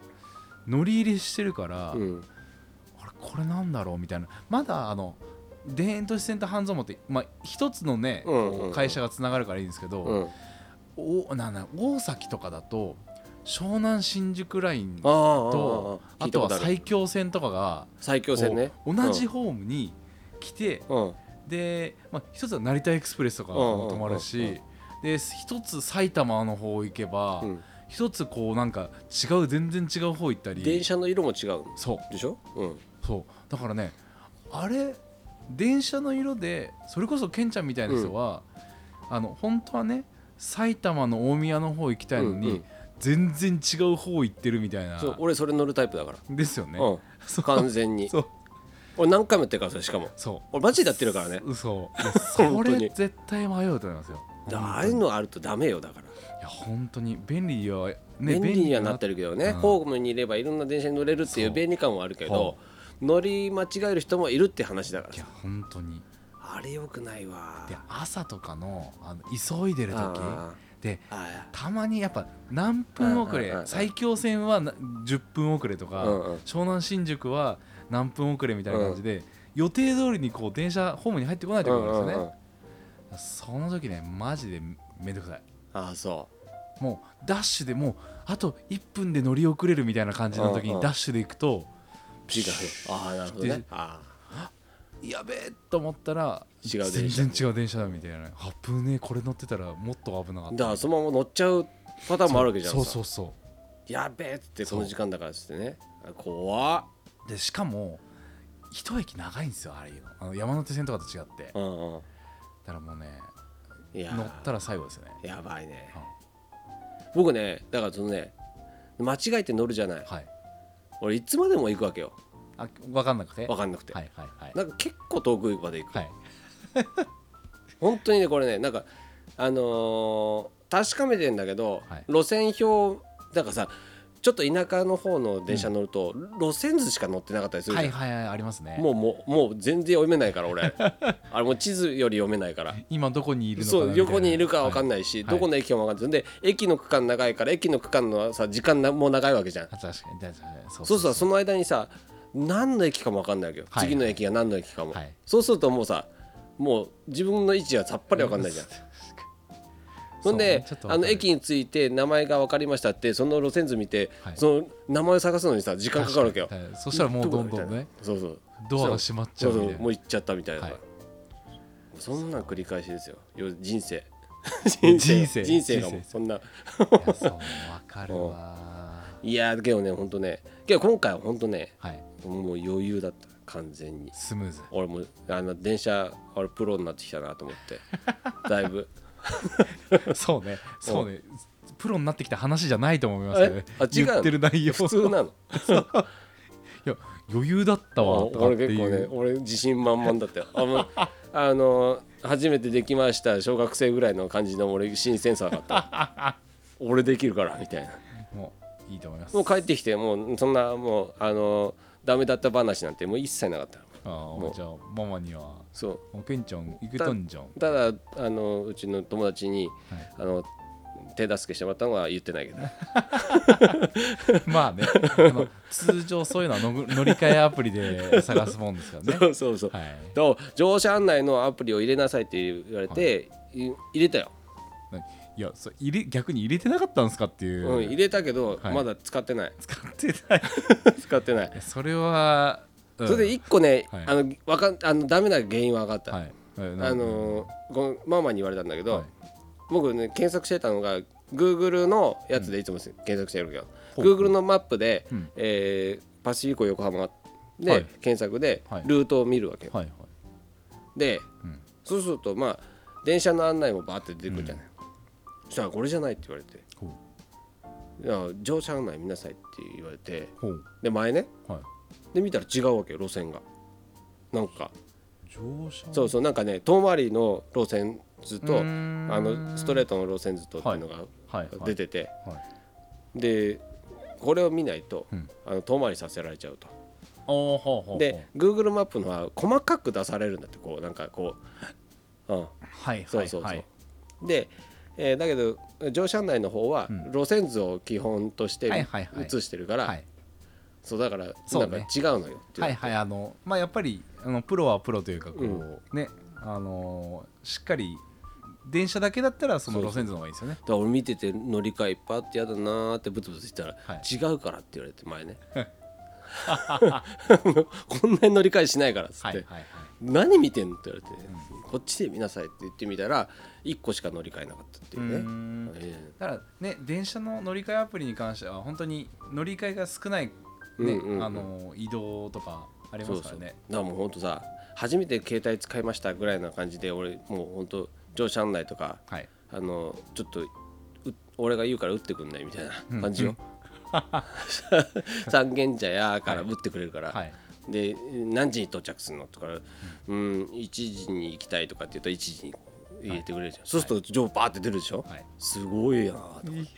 Speaker 2: 乗り入れしてるから、
Speaker 1: うん
Speaker 2: あれこれなんだろうみたいなまだあの田園都市線と半蔵門って、まあ、一つのね、
Speaker 1: うんうんうん
Speaker 2: こう会社がつながるからいいんですけど、
Speaker 1: うん
Speaker 2: おなんだ大崎とかだと湘南新宿ライン
Speaker 1: あ
Speaker 2: あ
Speaker 1: あ
Speaker 2: と
Speaker 1: ああ聞いた
Speaker 2: と
Speaker 1: こ
Speaker 2: は
Speaker 1: とある
Speaker 2: 埼京線とかが
Speaker 1: 最強線ね
Speaker 2: こう同じホームに来て、
Speaker 1: うん
Speaker 2: で、まあ、一つは成田エクスプレスとかも止まるし、
Speaker 1: うんうんうん
Speaker 2: で一つ埼玉の方行けば、
Speaker 1: うん
Speaker 2: 一つこうなんか違う全然違う方行った
Speaker 1: 電
Speaker 2: り
Speaker 1: 車の色も違う
Speaker 2: そう
Speaker 1: でしょうん
Speaker 2: そうだからねあれ電車の色でそれこそケンちゃんみたいな人は、あの本当はね埼玉の大宮の方行きたいのに、
Speaker 1: うんうん
Speaker 2: 全然違う方行ってるみたいな
Speaker 1: そう俺それ乗るタイプだから
Speaker 2: ですよね、
Speaker 1: う
Speaker 2: そ
Speaker 1: ん完全に
Speaker 2: そう
Speaker 1: 俺何回もやってるからそれしかも
Speaker 2: そう
Speaker 1: 俺マジでやってるからね
Speaker 2: 嘘いや そ
Speaker 1: 本当に
Speaker 2: れ絶対迷うと思いますよ
Speaker 1: だからあ
Speaker 2: 本
Speaker 1: あいう
Speaker 2: 当にい
Speaker 1: のあるとダメよだから
Speaker 2: や本当に便利はね
Speaker 1: 便利にはなってる
Speaker 2: る
Speaker 1: けどね
Speaker 2: うん
Speaker 1: ホームにいればいろんな電車に乗れるっていう
Speaker 2: そう
Speaker 1: 便利感はあるけど乗り間違える人もいるって話だから
Speaker 2: いや
Speaker 1: さ
Speaker 2: 本当に
Speaker 1: あれよくないわ
Speaker 2: で朝とかのあの急いでる時
Speaker 1: ああ
Speaker 2: で
Speaker 1: あ
Speaker 2: たまにやっぱ何分遅
Speaker 1: うん
Speaker 2: れ
Speaker 1: うんうん
Speaker 2: 埼京線はな10分遅れと
Speaker 1: あ
Speaker 2: か、
Speaker 1: うんうん
Speaker 2: 湘南新宿は何分遅れみたいな感じで、予定通りにこう電車ホームに入ってこないと
Speaker 1: う
Speaker 2: いけ
Speaker 1: んう
Speaker 2: ないん
Speaker 1: ん
Speaker 2: です
Speaker 1: う
Speaker 2: よ
Speaker 1: ん
Speaker 2: ね、その時ねマジでめんどくさい
Speaker 1: ああそう
Speaker 2: もうダッシュでもうあと1分で乗り遅れるみたいな感じの時
Speaker 1: うんう
Speaker 2: に
Speaker 1: ん
Speaker 2: ダッシュで行くと、
Speaker 1: 違うああなるほどね
Speaker 2: で
Speaker 1: あ
Speaker 2: やべえと思ったら
Speaker 1: 違う電車
Speaker 2: 全然違う電車だみたいなあぶねえこれ乗ってたらもっと危なか
Speaker 1: あ
Speaker 2: った
Speaker 1: だからそのまま乗っちゃうパターンもあるわけじゃん
Speaker 2: そう
Speaker 1: さ
Speaker 2: そうそう
Speaker 1: やべえっつってこの時間だからっつってねあ怖っ
Speaker 2: そうでしかも一駅長いんですよあれあの山手線とかと違ってだ
Speaker 1: うんうん
Speaker 2: からもうね
Speaker 1: いやー
Speaker 2: 乗ったら最後ですよね
Speaker 1: やばいね
Speaker 2: うん
Speaker 1: 僕ねだからそのね間違えて乗るじゃない
Speaker 2: はい
Speaker 1: 俺いつまでも行くわけよ
Speaker 2: あ分かんなくて
Speaker 1: 分かんなくて、
Speaker 2: はいはいはい
Speaker 1: なんか結構遠くまで行く、
Speaker 2: はい
Speaker 1: 本当にねこれねなんかあのー確かめてんだけど、
Speaker 2: はい
Speaker 1: 路線表だからさちょっと田舎の方の電車乗ると、路線図しか乗ってなかったりするじ
Speaker 2: は
Speaker 1: ゃん、
Speaker 2: いはいはいありますね
Speaker 1: もうもうもう全然読めないから 俺あれもう地図より読めないから
Speaker 2: 今どこにいるのかな
Speaker 1: そ
Speaker 2: み
Speaker 1: う
Speaker 2: たいな
Speaker 1: 横にいるか分かん
Speaker 2: は
Speaker 1: ないし、
Speaker 2: はい
Speaker 1: どこの駅かも分かんないで駅の区間長いから駅の区間のさ時間なもう長いわけじゃん
Speaker 2: あ確かに確かにそう
Speaker 1: そうするとその間にさ何の駅かも分かんないわけど、
Speaker 2: はい
Speaker 1: 次の駅が何の駅かも、
Speaker 2: はい
Speaker 1: そうするともうさもう自分の位置はさっぱり分かんない じゃん、ほんで
Speaker 2: そうちょっと
Speaker 1: あ
Speaker 2: わか
Speaker 1: の
Speaker 2: る
Speaker 1: 駅に着いて名前が分かりましたってその路線図見て、
Speaker 2: はい
Speaker 1: その名前を探すのにさ時間かかるわけよ
Speaker 2: 確にはいそしたらもうどんどんね
Speaker 1: そうそう
Speaker 2: ドアが閉まっち
Speaker 1: そ
Speaker 2: ゃ
Speaker 1: う
Speaker 2: う
Speaker 1: そ
Speaker 2: み
Speaker 1: う
Speaker 2: たい
Speaker 1: も
Speaker 2: な
Speaker 1: う行っちゃったみたいな、
Speaker 2: はい
Speaker 1: そんなん繰り返しですよよ人生
Speaker 2: 人生
Speaker 1: 人生がもう
Speaker 2: 人生
Speaker 1: そんない
Speaker 2: やそうわかるわ
Speaker 1: いやーけどねほんとねけど今回はほんとね
Speaker 2: はい
Speaker 1: もう余裕だった完全に
Speaker 2: スムーズ
Speaker 1: 俺もあの電車俺プロになってきたなと思ってだい ぶ
Speaker 2: そうねそうねプロになってきた話じゃないと思いますけどね
Speaker 1: えあ違うの
Speaker 2: 言ってる内容
Speaker 1: 普通なの
Speaker 2: いや余裕だったわとかって
Speaker 1: 俺結構
Speaker 2: い
Speaker 1: ね
Speaker 2: う
Speaker 1: 俺自信満々だったよあもうあの初めてできました小学生ぐらいの感じの俺新鮮さだった俺できるからみたいな
Speaker 2: もういいと思います
Speaker 1: もう帰ってきてもうそんなもうあのダメだった話なんてもう一切なかった
Speaker 2: あ
Speaker 1: も
Speaker 2: ー
Speaker 1: う
Speaker 2: じゃあママには
Speaker 1: そう
Speaker 2: 「おけんちゃん行くとんじゃん」
Speaker 1: ただあのうちの友達に、
Speaker 2: はい
Speaker 1: あの手助けしてもらったのは言ってないけど
Speaker 2: まあねあの通常そういうのはのぐ乗り換えアプリで探すもんですからね
Speaker 1: そうそうそう、
Speaker 2: はい
Speaker 1: と乗車案内のアプリを入れなさいって言われて、い入れたよ、
Speaker 2: いやそれ入れ逆に入れてなかったんですかっていう、
Speaker 1: うん、入れたけど、
Speaker 2: はい
Speaker 1: まだ使ってない
Speaker 2: 使ってない
Speaker 1: 使ってない、
Speaker 2: それは、うん
Speaker 1: それで一個ね、
Speaker 2: はい
Speaker 1: あのわかんあのダメな原因は分かった、
Speaker 2: はいはいな
Speaker 1: あのごめんママに言われたんだけど、
Speaker 2: はい
Speaker 1: 僕ね検索してたのが Google のやつでいつも検索してるけど、
Speaker 2: ほう
Speaker 1: Google のマップで、
Speaker 2: うん
Speaker 1: えーパシフィコ横浜で、
Speaker 2: はい
Speaker 1: 検索で
Speaker 2: はい
Speaker 1: ルートを見るわけよ、
Speaker 2: はいはい
Speaker 1: で
Speaker 2: うん
Speaker 1: そうするとまあ電車の案内もバーって出てくるじゃない、そしたら「これじゃない」って言われて
Speaker 2: ほう
Speaker 1: 「いや乗車案内見なさい」って言われて
Speaker 2: ほう
Speaker 1: で前ね
Speaker 2: はい
Speaker 1: で見たら違うわけよ路線がなんか
Speaker 2: 乗車
Speaker 1: そうそうなんかね遠回りの路線図と
Speaker 2: う
Speaker 1: あ
Speaker 2: ーん
Speaker 1: のストレートの路線図とっていうのが
Speaker 2: はいはい
Speaker 1: 出てて、
Speaker 2: はい
Speaker 1: でこれを見ないと、
Speaker 2: うん
Speaker 1: あの遠回りさせられちゃうと
Speaker 2: あーほうほうほう
Speaker 1: で Google マップのは細かく出されるんだってこうなんかこう、うん、
Speaker 2: はいはい
Speaker 1: そう
Speaker 2: はい
Speaker 1: そうそう、で、えーだけど乗車内の方は
Speaker 2: うん
Speaker 1: 路線図を基本として
Speaker 2: はいはいはい
Speaker 1: 写してるから、
Speaker 2: はい
Speaker 1: そうだからなんか
Speaker 2: そうね
Speaker 1: 違うのよっていう
Speaker 2: はいはいあのまあやっぱりあのプロはプロというかこう、
Speaker 1: うん
Speaker 2: ねあのーしっかり電車だけだったらその路線図の方がいいですよね
Speaker 1: だから俺見てて乗り換えいっぱいあってやだなーってブツブツしてたら、
Speaker 2: はい
Speaker 1: 違うからって言われて前 ね こんなに乗り換えしないからっつって、
Speaker 2: はいはいはい
Speaker 1: 何見てんのって言われて、こっちで見なさいって言ってみたら1個しか乗り換えなかったっていううね
Speaker 2: ん
Speaker 1: え
Speaker 2: だからね電車の乗り換えアプリに関しては本当に乗り換えが少ない、ね
Speaker 1: うんうんうん
Speaker 2: あの移動とかあ
Speaker 1: え
Speaker 2: りま
Speaker 1: そう
Speaker 2: すか
Speaker 1: そ
Speaker 2: ら
Speaker 1: うだか
Speaker 2: ね
Speaker 1: らもうほんとさ初めて携帯使いましたぐらいな感じで俺もうほんと乗車案内とか
Speaker 2: はい
Speaker 1: あのちょっとう俺が言うから打ってくんないみたいな感じ よ、三軒茶屋から打ってくれるから、
Speaker 2: はい
Speaker 1: で何時に到着するのとか、うん、1時に行きたいとかって言うと1時に入れてくれるじゃん、そうすると情報バーって出るでしょ、
Speaker 2: はい
Speaker 1: すごいやなと思って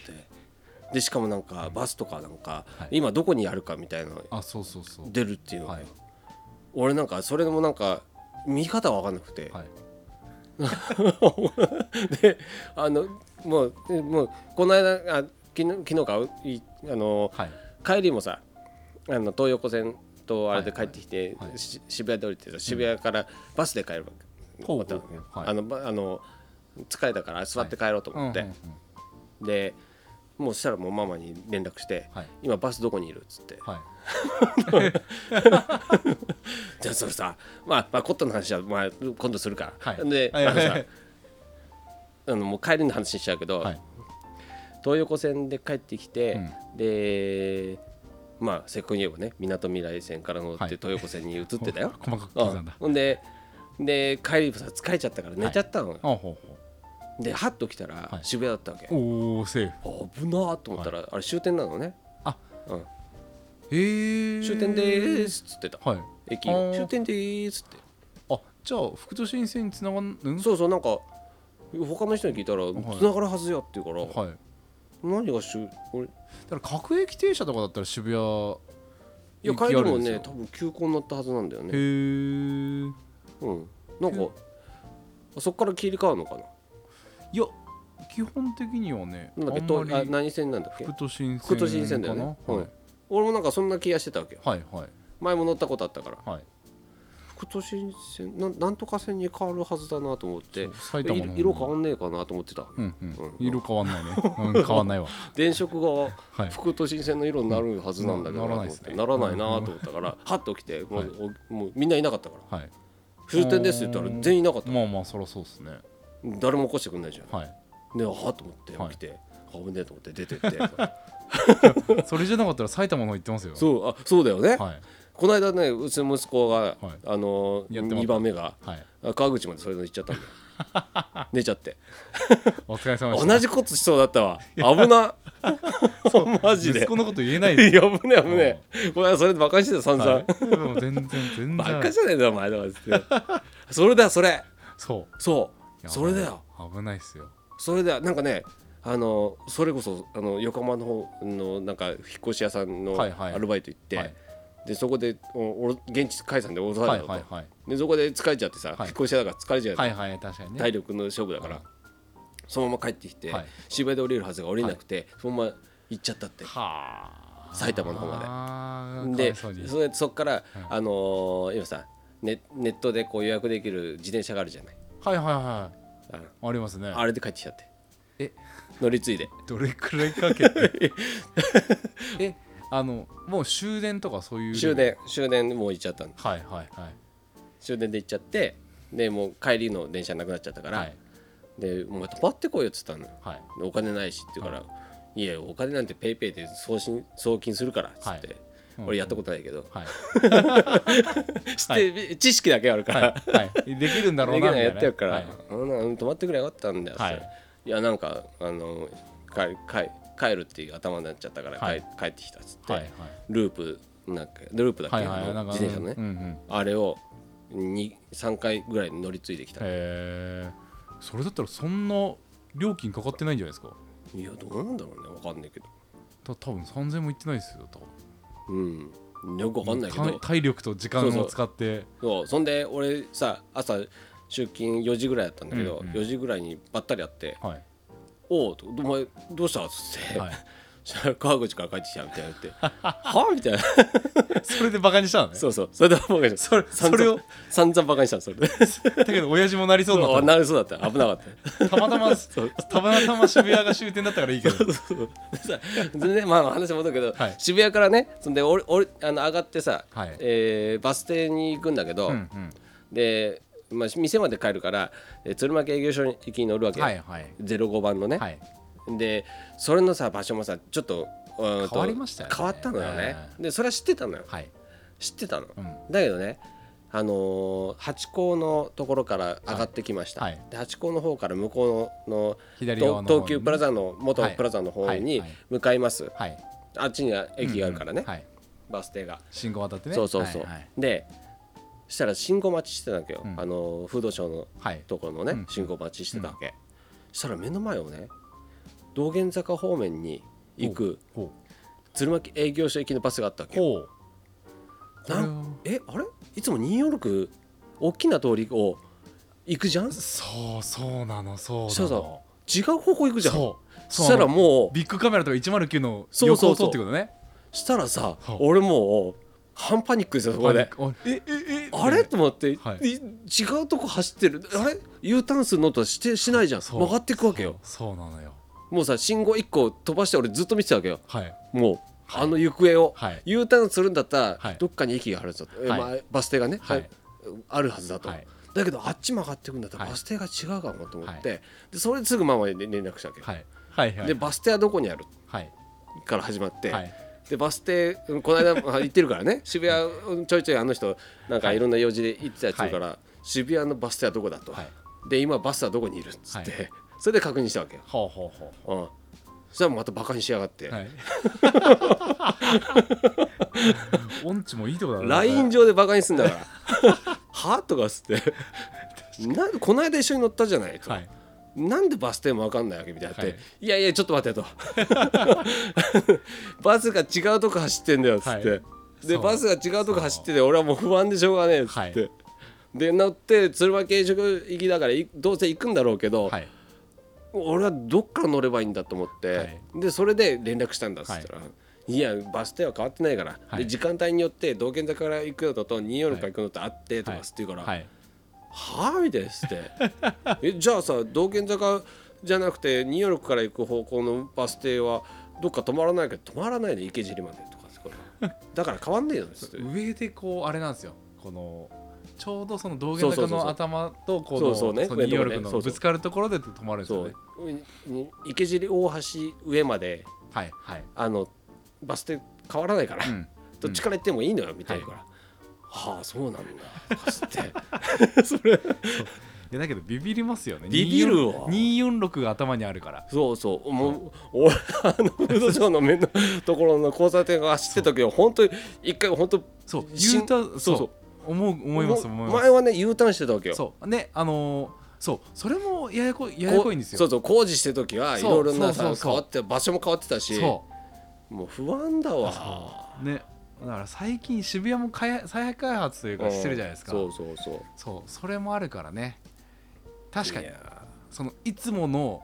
Speaker 1: でしかもなんかバスとかなんか、
Speaker 2: はい
Speaker 1: 今どこにあるかみたいなの
Speaker 2: あそうそうそう
Speaker 1: 出るっていうのが、
Speaker 2: はい
Speaker 1: 俺なんかそれもなんか見方わかんなくて、
Speaker 2: はい
Speaker 1: であのもうえもうこの間あ昨日昨日かいあの
Speaker 2: はい
Speaker 1: 帰りもさあの東横線とあれで帰ってきて、
Speaker 2: はいはい
Speaker 1: し渋谷で降りてさ渋谷からバスで帰るわけ、
Speaker 2: ほう
Speaker 1: また
Speaker 2: ほうほうはい
Speaker 1: あのばあの疲れたから座って帰ろうと思って、
Speaker 2: うんうんうん
Speaker 1: でもうそしたらもうママに連絡して「
Speaker 2: はい
Speaker 1: 今バスどこにいる?」っつって
Speaker 2: はい
Speaker 1: 「じゃあそれさまあ、まあ、コットンの話は、まあ、今度するから」
Speaker 2: はい
Speaker 1: で、
Speaker 2: はい
Speaker 1: あのさ、
Speaker 2: はい
Speaker 1: あのもう帰りの話しちゃうけど、
Speaker 2: はい
Speaker 1: 東横線で帰ってきて、
Speaker 2: う
Speaker 1: でまあせっかく言えばねみなとみらい線から乗っ
Speaker 2: はい、
Speaker 1: て東横線に移ってたよ
Speaker 2: 細かく
Speaker 1: うん
Speaker 2: 刻んだ
Speaker 1: ほんでで帰りさ疲れちゃったから寝ちゃったのよ、
Speaker 2: あほうほ
Speaker 1: でハッと来たら
Speaker 2: はい
Speaker 1: 渋谷だったわけ、
Speaker 2: うおおセーフ
Speaker 1: 危なーと思ったら、あれ終点なのね、
Speaker 2: あ
Speaker 1: うん、
Speaker 2: へえ
Speaker 1: 終点でーすっつってた
Speaker 2: はい
Speaker 1: 駅
Speaker 2: あ
Speaker 1: の
Speaker 2: ー
Speaker 1: 終点でーすって
Speaker 2: あじゃあ副都心線につながんうん
Speaker 1: そうそうなんか他の人に聞いたら
Speaker 2: い
Speaker 1: 繋がるはずやっていうから、
Speaker 2: はい
Speaker 1: 何が終俺
Speaker 2: だから各駅停車とかだったら渋谷行
Speaker 1: いや
Speaker 2: きあ
Speaker 1: 帰
Speaker 2: る
Speaker 1: り
Speaker 2: ん
Speaker 1: も
Speaker 2: ですよ
Speaker 1: ね多分休校になったはずなんだよね
Speaker 2: へえ
Speaker 1: うん、なんかそこから切り替わるのか
Speaker 2: いや基本的にはね
Speaker 1: ななんだっけ
Speaker 2: あ
Speaker 1: と
Speaker 2: んま
Speaker 1: あ
Speaker 2: り
Speaker 1: 何線なんだっけ
Speaker 2: 副都心線
Speaker 1: 副都心線だよね、
Speaker 2: かな
Speaker 1: う
Speaker 2: はい
Speaker 1: ん、俺もなんかそんな気がしてたわけよ
Speaker 2: はいはい
Speaker 1: 前も乗ったことあったから
Speaker 2: はい
Speaker 1: 副都心線なんなんとか線に変わるはずだなと思って
Speaker 2: 埼玉の方
Speaker 1: い色変わんねえかなと思ってたわけ、
Speaker 2: うん
Speaker 1: う
Speaker 2: う
Speaker 1: ん
Speaker 2: ん色変わんないねうん変わんな いわ
Speaker 1: 電飾
Speaker 2: は
Speaker 1: が
Speaker 2: い
Speaker 1: 副都心線の色になるはずなんだけど
Speaker 2: うんな
Speaker 1: なと思
Speaker 2: ならないで
Speaker 1: っ
Speaker 2: す
Speaker 1: て
Speaker 2: ね
Speaker 1: ならないなと思ったからはっと起きてもう,お、もうみんないなかったから
Speaker 2: はい
Speaker 1: 終点ですって言ったら全員いなかった
Speaker 2: まあまあそりゃそうですね
Speaker 1: 誰も起こしてくんないじゃん
Speaker 2: はい
Speaker 1: であはっと思って起きて、あ危ねえと思って出てって
Speaker 2: それじゃなかったら埼玉の方行ってますよ
Speaker 1: そうあそうだよね、
Speaker 2: はい
Speaker 1: この間ねうちの息子が、
Speaker 2: はい
Speaker 1: あの
Speaker 2: やってもらった
Speaker 1: 2番目が
Speaker 2: はい
Speaker 1: あ川口までそれで行っちゃったんだ よ寝ちゃって
Speaker 2: お疲れ様でした
Speaker 1: 同じことしそうだったわ危 な マジで
Speaker 2: 息子のこと言えない
Speaker 1: い
Speaker 2: です
Speaker 1: や危ねえ危ねえこれはそれでバカにしてた散々、
Speaker 2: はいもう全然全
Speaker 1: バカ
Speaker 2: 然
Speaker 1: じゃねえだお前だからってそれだよそれ
Speaker 2: そう
Speaker 1: そ
Speaker 2: いうや
Speaker 1: それだよ
Speaker 2: 危ないっすよ
Speaker 1: それだよなんかねあのそれこそあの横浜の方のなんか引っ越し屋さんの
Speaker 2: はいはい
Speaker 1: アルバイト行って、
Speaker 2: はい
Speaker 1: でそこでおお現地解散で大騒ぎ
Speaker 2: は
Speaker 1: だ
Speaker 2: い
Speaker 1: と、
Speaker 2: はいはい
Speaker 1: でそこで疲れちゃってさ、
Speaker 2: い
Speaker 1: 引っ越しだから疲れちゃう、
Speaker 2: はいはい確かにね
Speaker 1: 体力の勝負だから、そのまま帰ってきて、
Speaker 2: はい
Speaker 1: 渋谷で降りるはずが降りなくて、そのまま行っちゃったって
Speaker 2: はあ
Speaker 1: 埼玉の方まで
Speaker 2: ま
Speaker 1: で
Speaker 2: そ
Speaker 1: そう
Speaker 2: に
Speaker 1: れそっから、あのー今さネネットでこう予約できる自転車があるじゃない
Speaker 2: はいはいは
Speaker 1: あの
Speaker 2: いありますね
Speaker 1: あれで帰ってきちゃって
Speaker 2: え
Speaker 1: 乗り継いで
Speaker 2: どれくらいかけて えあのもう終電とかそういう
Speaker 1: 終電終電もう行っちゃったの
Speaker 2: はいはいはい
Speaker 1: 終電で行っちゃってでもう帰りの電車なくなっちゃったから、
Speaker 2: はい
Speaker 1: でもう泊まってこいよっつったのよ
Speaker 2: はい
Speaker 1: でお金ないしって言うから、い、やお金なんてペイペイで送信送金するからっつって、
Speaker 2: はいうん
Speaker 1: 俺やったことないけど、
Speaker 2: はい
Speaker 1: 知って知識だけはあるから、
Speaker 2: はいはいできるんだろう
Speaker 1: でき
Speaker 2: な
Speaker 1: るのやっ
Speaker 2: み
Speaker 1: てる
Speaker 2: たいな
Speaker 1: から、
Speaker 2: はい
Speaker 1: うんうん泊まってくれよかったんだよ、
Speaker 2: はい
Speaker 1: それいやなんかあの帰帰帰るっていう頭になっちゃったから、
Speaker 2: はい
Speaker 1: 帰帰ってきたっつって、
Speaker 2: はいはい
Speaker 1: ループなんかループだっけ、
Speaker 2: はいはい
Speaker 1: あの
Speaker 2: なんか
Speaker 1: 自転車のね、
Speaker 2: うんうんへ
Speaker 1: あれを3回ぐらい乗り継いできた、
Speaker 2: えそれだったらそんな料金かかってないんじゃないですか
Speaker 1: い、やどうなんだろうねわかんないけど
Speaker 2: た多分3000もいってないですよ多分
Speaker 1: うんよくわかんないけ
Speaker 2: 体
Speaker 1: ど
Speaker 2: 体力と時間
Speaker 1: そうそ
Speaker 2: を
Speaker 1: う
Speaker 2: 使って
Speaker 1: そうそんで俺さ朝出勤4時ぐらいだったんだけど、
Speaker 2: うんうん
Speaker 1: 4時ぐらいにばったり会って
Speaker 2: はい
Speaker 1: 「おおお前どうした?」っつって、
Speaker 2: はい
Speaker 1: そしたら川口から帰ってきたみたいになって「はみたいな
Speaker 2: それでバカにしたのね
Speaker 1: そうそうそれでバカにした
Speaker 2: それそれを
Speaker 1: 散々バカにしたのそれで
Speaker 2: だけど親父もなりそうになっ た
Speaker 1: そう
Speaker 2: の
Speaker 1: なるそうだった危な かった
Speaker 2: たまたまたまたま渋谷が終点だったからいいけど
Speaker 1: さ全然まあ話戻るけど、
Speaker 2: はい
Speaker 1: 渋谷からねそんで俺俺あの上がってさ、
Speaker 2: はい
Speaker 1: えーバス停に行くんだけど、
Speaker 2: うんうん
Speaker 1: で、まあ、店まで帰るから、えー鶴巻営業所に行きに乗るわけ、
Speaker 2: はいはい
Speaker 1: 05番のね、
Speaker 2: はい
Speaker 1: でそれのさ場所もさちょっと変
Speaker 2: 変わりましたよね
Speaker 1: 変わったのよね、
Speaker 2: う
Speaker 1: でそれは知ってたのよ
Speaker 2: はい
Speaker 1: 知ってたの、
Speaker 2: うん
Speaker 1: だけどねあのー、八甲のところから上がってきました、
Speaker 2: はいはい
Speaker 1: で八甲の方から向こうの
Speaker 2: 左側の
Speaker 1: 東
Speaker 2: 方に
Speaker 1: 東急プラザの元
Speaker 2: はい
Speaker 1: プラザの方
Speaker 2: はい
Speaker 1: に
Speaker 2: はい
Speaker 1: 向かいます、
Speaker 2: はい
Speaker 1: あっちには駅があるからね、
Speaker 2: うんうんはい
Speaker 1: バス停が、
Speaker 2: 信号渡ってね
Speaker 1: そうそうそう、
Speaker 2: はいはい
Speaker 1: でそしたら信号待ちしてたわけよ、
Speaker 2: うん
Speaker 1: あのー、風土省の
Speaker 2: はい
Speaker 1: ところのね、
Speaker 2: うん
Speaker 1: 信号待ちしてたわけ、そしたら目の前をね道玄坂方面に行く
Speaker 2: ほ
Speaker 1: 鶴巻営業所行きのバスがあったわ
Speaker 2: う
Speaker 1: けよ
Speaker 2: ほう
Speaker 1: な
Speaker 2: これ
Speaker 1: ん
Speaker 2: は
Speaker 1: えあれいつも246大きな通りを行くじゃん
Speaker 2: そうそうなのそう
Speaker 1: そ
Speaker 2: なの
Speaker 1: うそう違う方向行くじゃんそ
Speaker 2: そう
Speaker 1: したら
Speaker 2: う
Speaker 1: もう
Speaker 2: ビッグカメラとか109の
Speaker 1: そう
Speaker 2: 横
Speaker 1: そ
Speaker 2: を
Speaker 1: う
Speaker 2: 撮
Speaker 1: そう
Speaker 2: ってことね
Speaker 1: したらさ
Speaker 2: そう
Speaker 1: 俺もう半パニックですよそこで
Speaker 2: パニックおえええ
Speaker 1: あれと思って、
Speaker 2: はい
Speaker 1: い違うとこ走ってるあれ U ターンするのとはしてしないじゃん
Speaker 2: そう
Speaker 1: 曲がっていくわけよ
Speaker 2: そうそうなのよ
Speaker 1: もうさ信号1個飛ばして俺ずっと見てたわけよ
Speaker 2: はい
Speaker 1: もうあの行方を、
Speaker 2: はい
Speaker 1: U ターンするんだった
Speaker 2: は
Speaker 1: ら
Speaker 2: い
Speaker 1: どっかに駅があるぞ、え
Speaker 2: はい
Speaker 1: まあ、バス停がね、
Speaker 2: はい
Speaker 1: はいあるはずだと、
Speaker 2: はい
Speaker 1: だけどあっち曲がってくんだったら
Speaker 2: はい
Speaker 1: バス停が違うかもと思って、
Speaker 2: は
Speaker 1: でそれですぐママに連絡したわけ、
Speaker 2: はいはいはい
Speaker 1: でバス停はどこにある
Speaker 2: はい
Speaker 1: から始まって、
Speaker 2: はい
Speaker 1: でバス停うんこの間 まあ行ってるからね渋谷うんちょいちょいあの人なんかいろんな用事で行ってたりするから、渋谷のバス停はどこだと、
Speaker 2: はい
Speaker 1: で今バスはどこにいるっつって、
Speaker 2: は
Speaker 1: それで確認したわけよ、
Speaker 2: ほうほうほう
Speaker 1: うん、そしたらまたバカにしやがって、
Speaker 2: はい音痴もいいとこだな
Speaker 1: LINE 上でバカにすんだから 「は?」とかっつって「なんでこの間一緒に乗ったじゃない」と、
Speaker 2: はい
Speaker 1: なんでバス停も分かんないわけみたいになって、
Speaker 2: はい
Speaker 1: い、やいやちょっと待 ってとバスが違うとこ走ってんだよっつって、
Speaker 2: はい
Speaker 1: で
Speaker 2: そう
Speaker 1: バスが違うとこ走ってて俺はもう不安でしょうがねえっつって、
Speaker 2: はい
Speaker 1: で乗って鶴巻軽食行きだからいどうせ行くんだろうけど、
Speaker 2: はい
Speaker 1: 俺はどっから乗ればいいんだと思って、
Speaker 2: はい
Speaker 1: でそれで連絡したんだっつったら、い、やバス停は変わってないから、
Speaker 2: はい
Speaker 1: で時間帯によって道玄坂から行くのとと246から行くのとあってとかっつって言うから「は
Speaker 2: は
Speaker 1: あ
Speaker 2: い
Speaker 1: みたいなっつって 「えじゃあさ道玄坂じゃなくて246から行く方向のバス停はどっか止まらないけど止まらないで池尻まで」とかっつってから「だから変わんねえよ」っつ って。
Speaker 2: 上でこうあれなんですよこのちょうどその道玄坂の頭とこの
Speaker 1: そうそうそうそうそうね
Speaker 2: そのニューヨーク
Speaker 1: 上のとこねそ
Speaker 2: の
Speaker 1: うそう
Speaker 2: ぶつかるところで止まるんですよ
Speaker 1: そう
Speaker 2: ね
Speaker 1: に池尻大橋上まで
Speaker 2: はいはい
Speaker 1: あのバス停変わらないから、
Speaker 2: うん
Speaker 1: どっちから行ってもいいのよみたいなから、はあそうなんだとかつって
Speaker 2: いやだけどビビりますよね
Speaker 1: ビビるわ
Speaker 2: 246が頭にあるから
Speaker 1: そうそうもう、俺あのフードショーの面のところの交差点が走ってた時は本当に一回本当
Speaker 2: そう
Speaker 1: しん
Speaker 2: U ター
Speaker 1: そ
Speaker 2: ンそうう
Speaker 1: そう
Speaker 2: 思う思います思いま
Speaker 1: 前はね U ターンしてたわけよ
Speaker 2: すそうねあのーそうそれもややこや
Speaker 1: こ
Speaker 2: やこいんですよ
Speaker 1: そうそう工事してる時はい
Speaker 2: そう
Speaker 1: ろいろな
Speaker 2: そ
Speaker 1: さ
Speaker 2: うそうそう
Speaker 1: 変わって場所も変わってたし
Speaker 2: そ
Speaker 1: もう不安だ
Speaker 2: う
Speaker 1: わ
Speaker 2: ねだから最近渋谷も開発再開発というかしてるじゃないですか、
Speaker 1: そうそうそう
Speaker 2: そうそれもあるからね確かに
Speaker 1: いや
Speaker 2: そのいつもの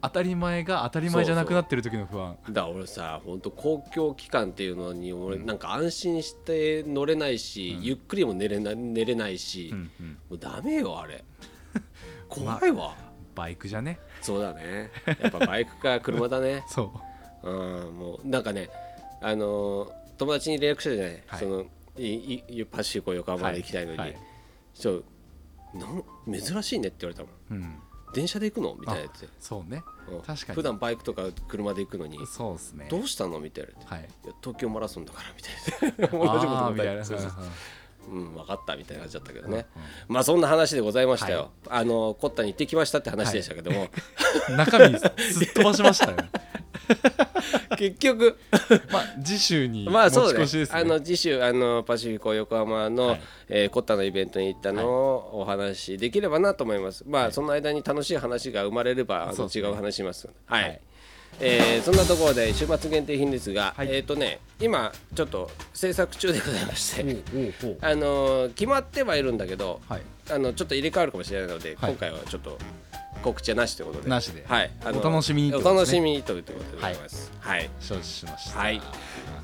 Speaker 2: 当たり前が当たり前じゃなくなってる時の不安
Speaker 1: だから俺さ本当公共機関っていうのに俺
Speaker 2: うん
Speaker 1: なんか安心して乗れないし、
Speaker 2: うん
Speaker 1: ゆっくりも寝れな寝れないし、
Speaker 2: う
Speaker 1: も
Speaker 2: んうん
Speaker 1: うダメよあ れ怖いわ、
Speaker 2: バイクじゃね
Speaker 1: そうだねやっぱバイクか車だね
Speaker 2: そう
Speaker 1: うんもうなんかねあのー友達に連絡したじゃない、
Speaker 2: はい
Speaker 1: そのいいいパッシュこう横浜まで行きたいのに、
Speaker 2: はいはい
Speaker 1: そうなん珍しいねって言われたもん
Speaker 2: うん
Speaker 1: 電車で行くのみたいなやつで、
Speaker 2: そうね
Speaker 1: うん
Speaker 2: 確かに
Speaker 1: 普段バイクとか車で行くのに
Speaker 2: そうですね
Speaker 1: どうしたのみたいな
Speaker 2: はい
Speaker 1: いや東京マラソンだからみた いな同じこと
Speaker 2: あー
Speaker 1: も
Speaker 2: みたいな
Speaker 1: そうそう
Speaker 2: うんうん
Speaker 1: うん分かったみたいな感じだったけどね、まあそんな話でございましたよ、あのコッタに行ってきましたって話でしたけども、
Speaker 2: 中身すっ飛ばしまし たよね
Speaker 1: 結 局
Speaker 2: まあ次週に
Speaker 1: ま
Speaker 2: 持
Speaker 1: あ
Speaker 2: ち
Speaker 1: そう
Speaker 2: 越
Speaker 1: ね
Speaker 2: しです
Speaker 1: あ
Speaker 2: ね
Speaker 1: の次週あのパシフィコ横浜の、
Speaker 2: はい
Speaker 1: えーコッタのイベントに行ったのをお話しできればなと思います、まあその間に楽しい話が生まれればあ
Speaker 2: そ
Speaker 1: の
Speaker 2: うですね
Speaker 1: 違う話しますのではい、
Speaker 2: はい
Speaker 1: えーそんなところで週末限定品ですが、
Speaker 2: はい
Speaker 1: えっ、とね今ちょっと制作中でございまして、
Speaker 2: おうおうおう
Speaker 1: あのー決まってはいるんだけど、
Speaker 2: はい
Speaker 1: あのちょっと入れ替わるかもしれないので、
Speaker 2: はい
Speaker 1: 今回はちょっと告知はなしということで
Speaker 2: なしで
Speaker 1: はい、あの
Speaker 2: お楽しみにってこと
Speaker 1: お
Speaker 2: で
Speaker 1: 楽
Speaker 2: すね
Speaker 1: しみにということでございます、はい
Speaker 2: 承知しました
Speaker 1: はい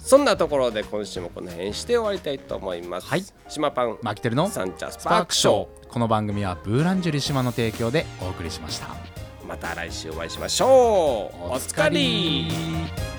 Speaker 1: そんなところで今週もこの辺して終わりたいと思います。
Speaker 2: はい
Speaker 1: 島パン、
Speaker 2: マキテルの
Speaker 1: サンチャス
Speaker 2: ス
Speaker 1: パ
Speaker 2: パ
Speaker 1: ー
Speaker 2: ー
Speaker 1: ク
Speaker 2: ク
Speaker 1: シ
Speaker 2: シ
Speaker 1: ョ
Speaker 2: ョーこの番組はブーランジュリ島の提供でお送りしました
Speaker 1: ー。また来週お会いしましょう。おつかり
Speaker 2: り